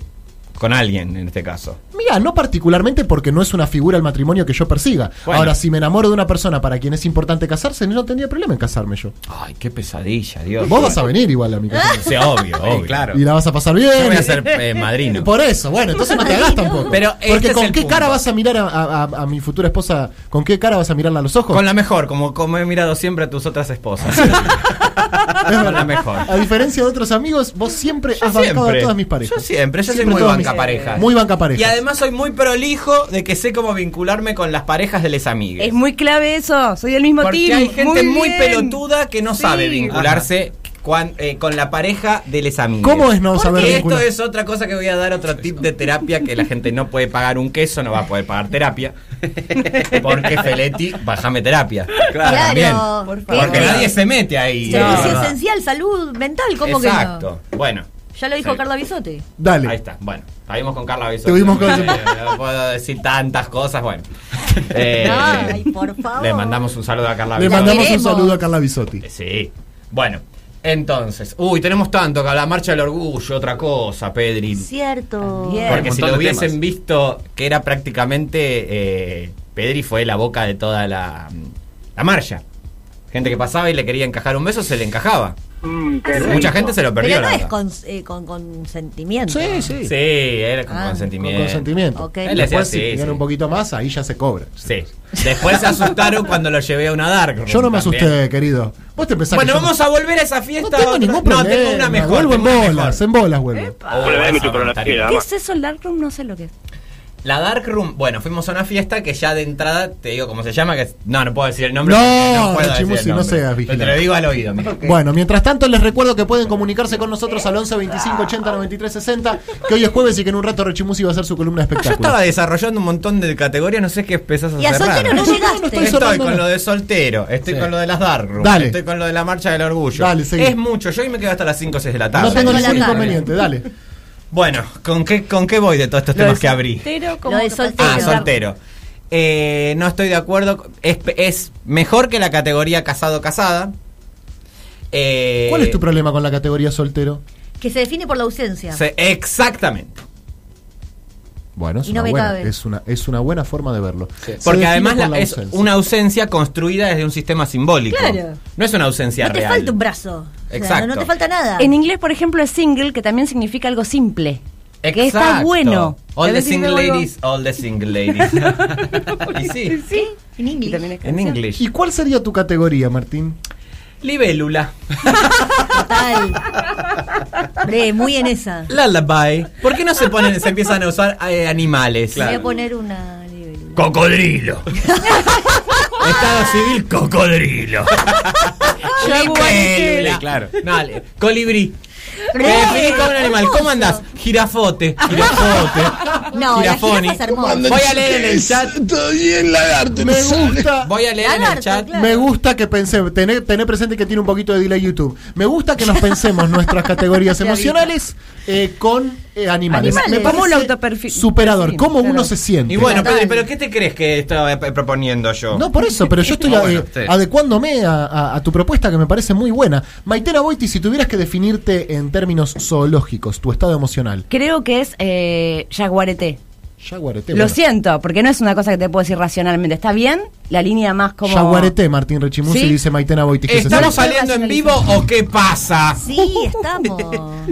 Speaker 7: Con alguien, en este caso.
Speaker 4: Mira, no particularmente porque no es una figura el matrimonio que yo persiga.
Speaker 7: Bueno.
Speaker 4: Ahora, si me enamoro de una persona para quien es importante casarse, no tendría problema en casarme yo.
Speaker 7: Ay, qué pesadilla, Dios.
Speaker 4: Vos vas a venir igual a mi casa.
Speaker 7: Sí, obvio, obvio.
Speaker 5: claro.
Speaker 4: Y la vas a pasar bien.
Speaker 7: Yo voy a ser eh, madrino.
Speaker 4: Por eso, bueno, entonces no te hagas tampoco.
Speaker 7: Pero este
Speaker 4: Porque
Speaker 7: es
Speaker 4: con
Speaker 7: el
Speaker 4: qué
Speaker 7: punto.
Speaker 4: cara vas a mirar a, a- a- a mi futura esposa, con qué cara vas a mirarla a los ojos.
Speaker 7: Con la mejor, como, como he mirado siempre a tus otras esposas. con la mejor.
Speaker 4: A diferencia de otros amigos, vos siempre
Speaker 7: Yo
Speaker 4: has bancado
Speaker 7: siempre.
Speaker 4: a todas mis parejas.
Speaker 7: Yo siempre, yo
Speaker 4: Siempre
Speaker 7: soy muy
Speaker 4: todas
Speaker 7: banca
Speaker 4: mis-
Speaker 7: pareja.
Speaker 4: Muy banca pareja.
Speaker 7: Y además soy muy prolijo de que sé cómo vincularme con las parejas de les amigues.
Speaker 9: Es muy clave eso. Soy del mismo
Speaker 7: Porque
Speaker 9: team.
Speaker 7: hay gente muy,
Speaker 9: bien.
Speaker 7: pelotuda que no
Speaker 9: Sí.
Speaker 7: sabe vincularse cuan- eh, con la pareja de les amigues.
Speaker 4: ¿Cómo es no
Speaker 7: Porque
Speaker 4: saber
Speaker 7: esto
Speaker 4: vincular?
Speaker 7: es otra cosa que voy a dar otro tip de terapia que la gente no puede pagar un queso, no va a poder pagar terapia. Porque Feletti, bajame terapia.
Speaker 5: Claro.
Speaker 7: También.
Speaker 6: Claro.
Speaker 9: Por favor.
Speaker 7: Porque nadie se mete ahí.
Speaker 6: Servicio
Speaker 7: No.
Speaker 6: esencial, salud mental, ¿cómo que no?
Speaker 7: Exacto. Bueno.
Speaker 6: Ya lo dijo
Speaker 7: Sí.
Speaker 6: Carla Bisote.
Speaker 4: Dale.
Speaker 7: Ahí está, bueno, estuvimos con Carla Bisotti.
Speaker 4: Estuvimos con-
Speaker 7: Eh, No puedo decir tantas cosas, bueno. Eh,
Speaker 6: Ay, por favor.
Speaker 7: Le mandamos un saludo a Carla
Speaker 4: Le
Speaker 7: Bisotti.
Speaker 4: mandamos un
Speaker 6: queremos.
Speaker 4: saludo a Carla Bisotti.
Speaker 7: Eh, Sí. Bueno, entonces, uy, tenemos tanto que la marcha del orgullo, otra cosa, Pedri.
Speaker 6: Cierto.
Speaker 9: Bien.
Speaker 5: Hay
Speaker 7: Porque
Speaker 5: un
Speaker 7: si
Speaker 5: montón
Speaker 7: lo
Speaker 5: de
Speaker 7: hubiesen
Speaker 5: temas.
Speaker 7: visto que era prácticamente eh, Pedri fue la boca de toda la, la marcha. Gente que pasaba y le quería encajar un beso, se le encajaba. Mucha gente se lo perdió.
Speaker 6: Ah, Pero no
Speaker 7: la
Speaker 6: es
Speaker 7: verdad.
Speaker 6: con, eh, con consentimiento.
Speaker 4: Sí, sí.
Speaker 7: Sí, era con
Speaker 6: Ah,
Speaker 7: consentimiento.
Speaker 4: Con consentimiento.
Speaker 6: Ok.
Speaker 7: Él decía,
Speaker 4: Después,
Speaker 7: sí,
Speaker 4: si pican
Speaker 7: sí.
Speaker 4: un poquito más, ahí ya se cobra.
Speaker 7: Sí. Después se asustaron cuando lo llevé a una dark room
Speaker 4: Yo no me
Speaker 7: también.
Speaker 4: asusté, querido. Vos te pensás
Speaker 7: Bueno,
Speaker 4: que yo-
Speaker 7: vamos a volver a esa fiesta.
Speaker 4: No tengo
Speaker 7: otra-
Speaker 4: ningún
Speaker 7: No,
Speaker 4: problema.
Speaker 7: tengo una mejor.
Speaker 4: Vuelvo en
Speaker 7: tengo una
Speaker 4: bolas, eh.
Speaker 7: mejor.
Speaker 4: en bolas vuelvo.
Speaker 7: Oh, esa voluntaria.
Speaker 9: ¿Qué es eso el Dark Room? No sé lo que es.
Speaker 7: La dark room, bueno, fuimos a una fiesta que ya de entrada te digo cómo se llama, que es- no, no puedo decir el nombre.
Speaker 4: No,
Speaker 7: porque puedo
Speaker 4: Richie
Speaker 7: decir el
Speaker 4: Musi, no
Speaker 7: nombre.
Speaker 4: seas
Speaker 7: Pero Te lo
Speaker 4: vigilante.
Speaker 7: digo al oído, mira.
Speaker 4: Bueno, mientras tanto les recuerdo que pueden comunicarse con nosotros al 11 25 80 93 60, que hoy es jueves y que en un rato Rechimusi va a hacer su columna de
Speaker 7: Ah, Yo
Speaker 4: espectáculo.
Speaker 7: estaba desarrollando un montón de categorías, no sé qué empezás a
Speaker 6: Y a
Speaker 7: cerrar.
Speaker 6: soltero no llegaste.
Speaker 4: estoy
Speaker 7: Estoy
Speaker 4: cerrando
Speaker 7: con
Speaker 4: nada.
Speaker 7: lo de soltero, estoy
Speaker 4: Sí.
Speaker 7: con lo de las dark rooms,
Speaker 4: Dale.
Speaker 7: estoy con lo de la marcha del orgullo.
Speaker 4: Dale, seguí.
Speaker 7: es mucho, yo hoy me quedo hasta las 5 o 6 de la tarde.
Speaker 4: no tengo
Speaker 6: Hola,
Speaker 4: ningún
Speaker 6: Carla.
Speaker 4: inconveniente, dale.
Speaker 7: Bueno, ¿con qué, ¿con qué voy de todos estos temas que abrí?
Speaker 9: Soltero,
Speaker 6: Lo de
Speaker 9: que pasa-
Speaker 6: soltero.
Speaker 7: Ah, soltero. Eh, no estoy de acuerdo. Es, es mejor que la categoría casado-casada. Eh,
Speaker 4: ¿Cuál es tu problema con la categoría soltero?
Speaker 6: Que se define por la ausencia.
Speaker 7: se- exactamente.
Speaker 4: Bueno, es,
Speaker 6: Y no
Speaker 4: una,
Speaker 6: me
Speaker 4: buena,
Speaker 6: cabe.
Speaker 4: es, una, es una buena forma de verlo. Se
Speaker 7: Porque
Speaker 4: define
Speaker 7: además
Speaker 4: por
Speaker 7: la-
Speaker 4: la
Speaker 7: es
Speaker 4: ausencia.
Speaker 7: una ausencia construida desde un sistema simbólico.
Speaker 6: Claro.
Speaker 7: No es una ausencia
Speaker 6: No te
Speaker 7: real.
Speaker 6: falta un brazo. O sea,
Speaker 7: Exacto.
Speaker 6: no, no te falta nada.
Speaker 9: En inglés, por ejemplo, es single, que también significa algo simple. Que está
Speaker 7: Exacto.
Speaker 9: bueno.
Speaker 7: All the
Speaker 9: También significa
Speaker 7: single
Speaker 9: algo-
Speaker 7: ladies, all the single ladies. y sí,
Speaker 9: Sí.
Speaker 6: En
Speaker 9: Y
Speaker 6: inglés.
Speaker 9: también
Speaker 7: en
Speaker 9: es canción.
Speaker 7: inglés.
Speaker 4: ¿Y cuál sería tu categoría, Martín?
Speaker 7: Libélula.
Speaker 6: Total. Bre, muy en esa.
Speaker 7: Lullaby. ¿Por qué no se ponen, se empiezan a usar eh, animales?
Speaker 6: Voy a poner una libélula.
Speaker 7: Cocodrilo. Estado civil, cocodrilo. Libélula.
Speaker 5: Claro.
Speaker 7: No, le- colibrí.
Speaker 6: Re,
Speaker 7: Me definís como un animal. ¿Cómo
Speaker 6: hermoso.
Speaker 7: andás? Girafote. Girafote.
Speaker 6: No, la
Speaker 7: Girafoni.
Speaker 6: jirafa es hermosa.
Speaker 7: Voy a leer en el chat.
Speaker 4: Me gusta.
Speaker 7: Voy a leer en el
Speaker 6: Lagarto,
Speaker 7: chat.
Speaker 6: claro.
Speaker 4: Me gusta que pensemos, tener, tener presente que tiene un poquito de delay YouTube. Me gusta que nos pensemos nuestras categorías
Speaker 6: Te avisa.
Speaker 4: emocionales eh, con eh, animales.
Speaker 6: Animales.
Speaker 4: Me
Speaker 9: ¿Cómo lo
Speaker 4: parece
Speaker 9: autoperfil-
Speaker 4: Superador,
Speaker 9: perfil?
Speaker 4: cómo
Speaker 9: Claro.
Speaker 4: uno se siente.
Speaker 7: Y bueno,
Speaker 6: Total.
Speaker 7: pero, pero ¿qué te crees que estaba eh, proponiendo yo?
Speaker 4: No,
Speaker 9: Este
Speaker 4: por eso, pero yo estoy
Speaker 5: Ah, bueno,
Speaker 4: eh,
Speaker 5: sí.
Speaker 4: adecuándome a, a- a tu propuesta que me parece muy buena. Maitena Boiti, si tuvieras que definirte en términos zoológicos, tu estado emocional.
Speaker 9: Creo que es eh, jaguarete.
Speaker 4: Yaguareté.
Speaker 9: Lo
Speaker 4: bueno.
Speaker 9: siento, porque no es una cosa que te puedo decir racionalmente. ¿Está bien? La línea más como...
Speaker 4: Yaguareté, Martín Rechimusi,
Speaker 9: ¿Sí?
Speaker 4: dice Maitena Boiti. que se
Speaker 7: ¿Estamos
Speaker 4: sabe.
Speaker 7: saliendo en vivo o qué pasa?
Speaker 6: Sí, estamos.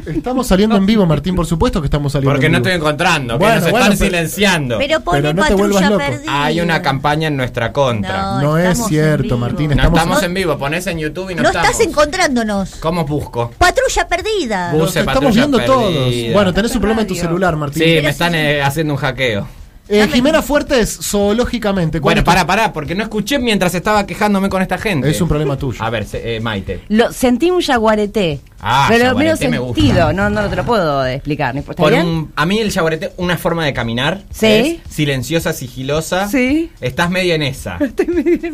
Speaker 4: Estamos saliendo en vivo, Martín, por supuesto que estamos saliendo
Speaker 7: Porque
Speaker 4: en
Speaker 7: no
Speaker 4: vivo.
Speaker 7: estoy encontrando,
Speaker 4: Bueno,
Speaker 7: que nos
Speaker 4: bueno,
Speaker 7: están
Speaker 4: pero-
Speaker 7: silenciando.
Speaker 6: Pero pone
Speaker 4: Pero no te vuelvas
Speaker 6: patrulla
Speaker 4: loco.
Speaker 6: perdida.
Speaker 7: Hay una campaña en nuestra contra.
Speaker 6: No,
Speaker 4: No es
Speaker 6: estamos
Speaker 4: cierto,
Speaker 6: en vivo.
Speaker 4: Martín.
Speaker 7: No,
Speaker 4: estamos-
Speaker 7: estamos, en vivo, ponés en YouTube y no,
Speaker 6: No
Speaker 7: estamos.
Speaker 6: estás encontrándonos.
Speaker 7: ¿Cómo busco?
Speaker 6: Patrulla perdida.
Speaker 7: Bu-
Speaker 4: Nos
Speaker 7: Puse
Speaker 4: estamos
Speaker 7: patrulla
Speaker 4: viendo todos.
Speaker 7: perdida.
Speaker 4: Bueno, tenés un problema en tu
Speaker 9: Radio.
Speaker 4: celular, Martín.
Speaker 7: Sí, me están eh, haciendo un hackeo.
Speaker 4: Eh, Jimena Fuertes, zoológicamente. ¿cuál
Speaker 7: Bueno,
Speaker 4: es tu-
Speaker 7: pará, pará, porque no escuché mientras estaba quejándome con esta gente.
Speaker 4: Es un problema tuyo.
Speaker 7: A ver, se- eh, Maite.
Speaker 9: Lo, sentí un jaguarete.
Speaker 7: Ah,
Speaker 9: pero
Speaker 7: yaguareté
Speaker 9: menos
Speaker 7: me gusta.
Speaker 9: sentido. No, no te lo puedo explicar. ¿no? ¿Está
Speaker 7: Por
Speaker 9: bien?
Speaker 7: un- a mí el yaguareté, una forma de caminar.
Speaker 9: Sí.
Speaker 7: es silenciosa, sigilosa.
Speaker 9: Sí.
Speaker 7: Estás medio en esa.
Speaker 9: Es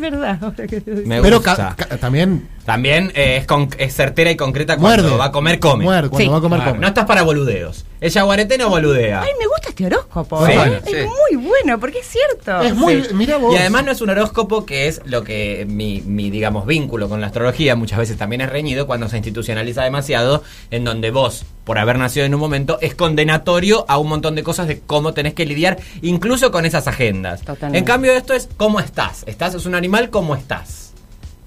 Speaker 9: verdad. ahora que-
Speaker 7: Me
Speaker 4: Pero
Speaker 7: gusta.
Speaker 4: ca- ca- también
Speaker 7: También eh, es, con- es certera y concreta cuando
Speaker 4: muerde.
Speaker 7: va a comer, come.
Speaker 4: Muerde, cuando
Speaker 9: Sí.
Speaker 4: va a comer,
Speaker 7: Claro,
Speaker 4: come.
Speaker 7: No estás para boludeos. El yaguareté no boludea.
Speaker 9: Ay, me gusta este horóscopo.
Speaker 7: Sí,
Speaker 9: ¿eh?
Speaker 5: sí.
Speaker 9: Es muy bueno, porque es cierto.
Speaker 4: Es muy. Mirá vos.
Speaker 7: Y además no es un horóscopo que es lo que mi, mi, digamos, vínculo con la astrología muchas veces también es reñido cuando se institucionaliza demasiado, en donde vos, por haber nacido en un momento, es condenatorio a un montón de cosas de cómo tenés que lidiar, incluso con esas agendas.
Speaker 9: Totalmente.
Speaker 7: En cambio esto es cómo estás. Estás es un animal, ¿cómo estás.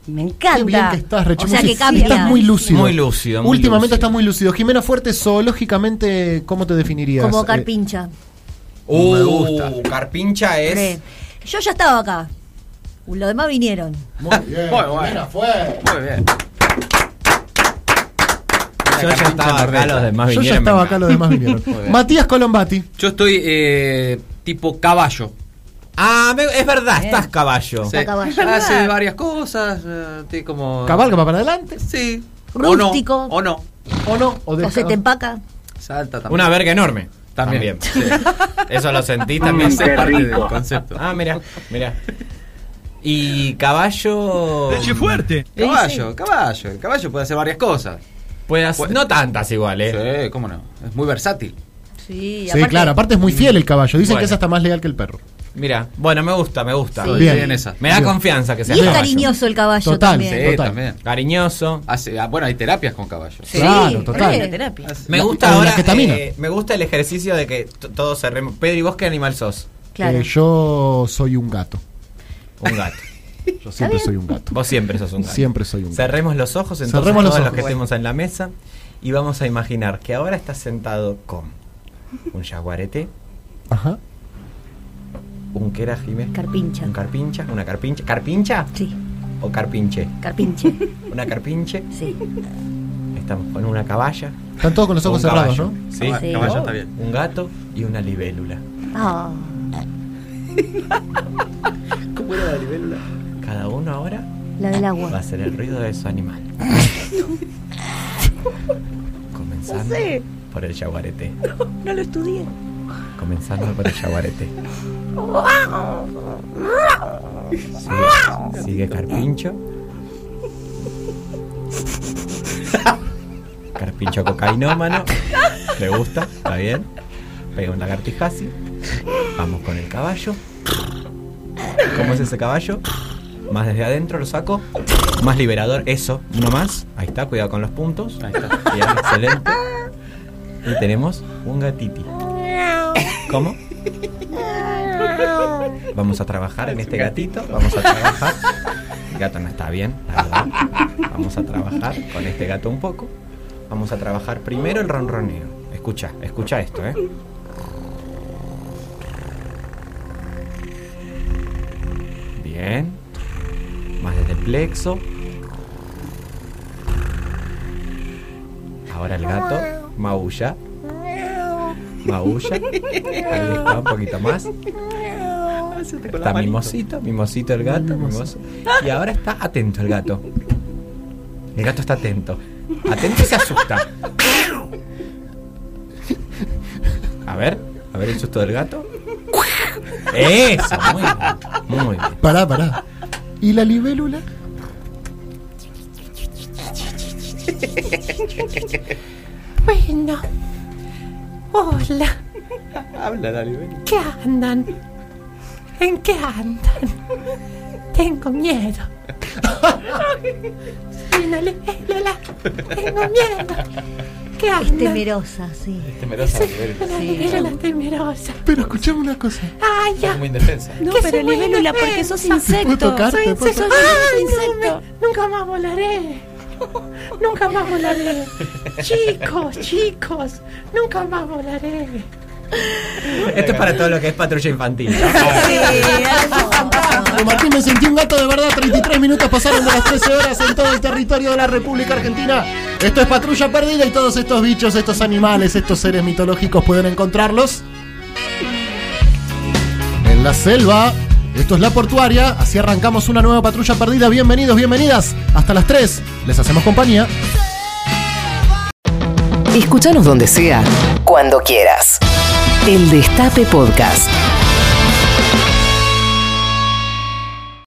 Speaker 9: Me
Speaker 4: Qué bien
Speaker 9: encanta.
Speaker 4: que estás, Rechi
Speaker 6: O sea,
Speaker 4: Musi.
Speaker 6: que cambia.
Speaker 4: Estás muy lúcido.
Speaker 7: Muy lúcido, muy
Speaker 4: Últimamente
Speaker 7: lúcido.
Speaker 4: estás muy lúcido. Jimena Fuertes, zoológicamente, ¿cómo te definirías?
Speaker 6: Como
Speaker 4: Eh,
Speaker 6: carpincha.
Speaker 7: Uh, carpincha es...
Speaker 6: Re. Yo ya estaba acá. Los demás vinieron.
Speaker 4: Muy bien.
Speaker 5: Muy bueno.
Speaker 4: Jimena Fuertes.
Speaker 5: Muy bien.
Speaker 7: Yo ya estaba acá, los demás
Speaker 4: Yo ya
Speaker 7: vinieron,
Speaker 4: estaba
Speaker 7: me
Speaker 4: acá,
Speaker 7: encanta.
Speaker 4: los demás vinieron.
Speaker 5: bien.
Speaker 4: Matías Colombati.
Speaker 5: Yo estoy eh, tipo caballo.
Speaker 7: Ah, me- es verdad, estás caballo.
Speaker 5: Sí.
Speaker 6: caballo.
Speaker 5: Hace varias cosas. eh, estoy como.
Speaker 4: Cabalga va para adelante.
Speaker 5: Sí.
Speaker 6: Rústico.
Speaker 5: O no. O no.
Speaker 4: ¿O no? O,
Speaker 6: O
Speaker 4: deja-
Speaker 6: se te empaca.
Speaker 5: Salta también.
Speaker 7: Una verga enorme. También.
Speaker 5: También.
Speaker 7: Eso lo sentí también.
Speaker 5: Es parte del concepto.
Speaker 7: Ah, mira, mira. Y caballo.
Speaker 2: fuerte!
Speaker 5: Caballo, caballo. El caballo puede hacer varias cosas.
Speaker 7: Puede hacer- no tantas igual, eh.
Speaker 5: Sí, cómo no. Es muy versátil.
Speaker 6: Sí,
Speaker 4: Sí,
Speaker 6: aparte-
Speaker 4: claro. Aparte es muy fiel el caballo. Dicen que
Speaker 7: Bueno.
Speaker 4: es hasta más leal que el perro.
Speaker 7: Mira, bueno, me gusta, me gusta.
Speaker 5: Estoy
Speaker 4: Bien.
Speaker 5: en esa.
Speaker 7: Me da
Speaker 4: Bien.
Speaker 7: confianza que sea
Speaker 6: Y es
Speaker 7: caballo.
Speaker 6: cariñoso el caballo
Speaker 4: Total,
Speaker 6: también.
Speaker 5: Sí,
Speaker 4: Total.
Speaker 5: también.
Speaker 7: Cariñoso.
Speaker 5: Hace- ah, bueno, hay terapias con caballos.
Speaker 6: Sí,
Speaker 4: Claro,
Speaker 6: re.
Speaker 4: total.
Speaker 9: Terapia.
Speaker 7: Me
Speaker 4: La-
Speaker 7: gusta
Speaker 4: la
Speaker 7: ahora.
Speaker 4: ketamina.
Speaker 7: eh, me gusta el ejercicio de que t- todos se remo- Pedro, ¿y vos qué animal sos?
Speaker 6: Claro.
Speaker 4: Eh, yo soy un gato.
Speaker 7: Un gato.
Speaker 4: Yo siempre soy un gato.
Speaker 7: Vos siempre sos un gato.
Speaker 4: Siempre soy un gato.
Speaker 7: Cerremos los ojos, entonces
Speaker 4: Cerremos los
Speaker 7: todos los,
Speaker 4: ojos.
Speaker 7: que estemos en la mesa y vamos a imaginar que ahora estás sentado con un jaguarete,
Speaker 4: Ajá.
Speaker 7: un que era Jiménez,
Speaker 6: Carpincha.
Speaker 7: un carpincha, una carpincha, carpincha
Speaker 6: Sí,
Speaker 7: o carpinche,
Speaker 6: carpinche.
Speaker 7: una carpinche.
Speaker 6: Sí.
Speaker 7: Estamos con una caballa,
Speaker 4: Están todos con los ojos
Speaker 7: un
Speaker 4: cerrados,
Speaker 7: caballo,
Speaker 4: ¿no?
Speaker 7: sí,
Speaker 5: Caba-
Speaker 6: Sí. Oh.
Speaker 5: Caballo está bien.
Speaker 7: un gato y una libélula.
Speaker 6: Ah.
Speaker 5: ¿Cómo era la libélula?
Speaker 7: Cada uno ahora
Speaker 6: la del
Speaker 7: va a
Speaker 6: agua.
Speaker 7: hacer el ruido de su animal. Comenzando por el jaguarete.
Speaker 9: No lo estudié.
Speaker 7: Comenzando por el jaguarete. Sigue, sigue Carpincho. Carpincho cocainómano. Le gusta, está bien. Pega un lagartijazi. Vamos con el caballo. ¿Cómo es ese caballo? Más desde adentro lo saco. Más liberador, eso. Uno más. Ahí está, cuidado con los puntos. Ahí está. Bien, excelente. Y tenemos un gatiti. ¿Cómo? Vamos a trabajar en este gatito. Vamos a trabajar. El gato no está bien, la verdad. Vamos a trabajar con este gato un poco. Vamos a trabajar primero el ronroneo. Escucha, escucha esto, ¿eh? Bien. Más desde el plexo. Ahora el gato maulla. Maulla. Ahí está, un poquito más. Está mimosito, mimosito el gato. mimoso. Y ahora está atento el gato. El gato está atento. Atento y se asusta. A ver, a ver el susto del gato. Eso, muy bien. Muy bien.
Speaker 4: Pará, pará. ¿Y la libélula?
Speaker 3: Bueno. Hola,
Speaker 5: Habla, la libélula.
Speaker 3: ¿qué andan? ¿En qué andan? Tengo miedo. Soy una libélula. Tengo miedo. ¿Qué
Speaker 6: Es
Speaker 3: andan?
Speaker 6: temerosa, sí.
Speaker 5: Temerosa la libélula.
Speaker 3: Una libélula temerosa.
Speaker 4: Pero escuchame una cosa.
Speaker 3: Ay,
Speaker 5: Está
Speaker 3: ya.
Speaker 5: como indefensa.
Speaker 8: No,
Speaker 3: Que
Speaker 8: pero
Speaker 3: soy muy
Speaker 8: libélula, porque sos insecto.
Speaker 4: tocar?
Speaker 8: Soy
Speaker 4: ¿Te puedo
Speaker 8: soy- soy- soy
Speaker 3: Ay, no,
Speaker 8: insecto.
Speaker 3: me- nunca más volaré. Nunca más volaré. Chicos, chicos, nunca más volaré.
Speaker 7: Esto es para todo lo que es patrulla infantil.
Speaker 4: Pero Martín, me sentí un gato de verdad. 33 minutos pasaron de las 13 horas en todo el territorio de la República Argentina. Esto es Patrulla Perdida y todos estos bichos, estos animales, estos seres mitológicos pueden encontrarlos en la selva. Esto es La Portuaria. Así arrancamos una nueva Patrulla Perdida. Bienvenidos, bienvenidas. Hasta las 3. Les hacemos compañía.
Speaker 1: Escúchanos donde sea, cuando quieras. El Destape Podcast.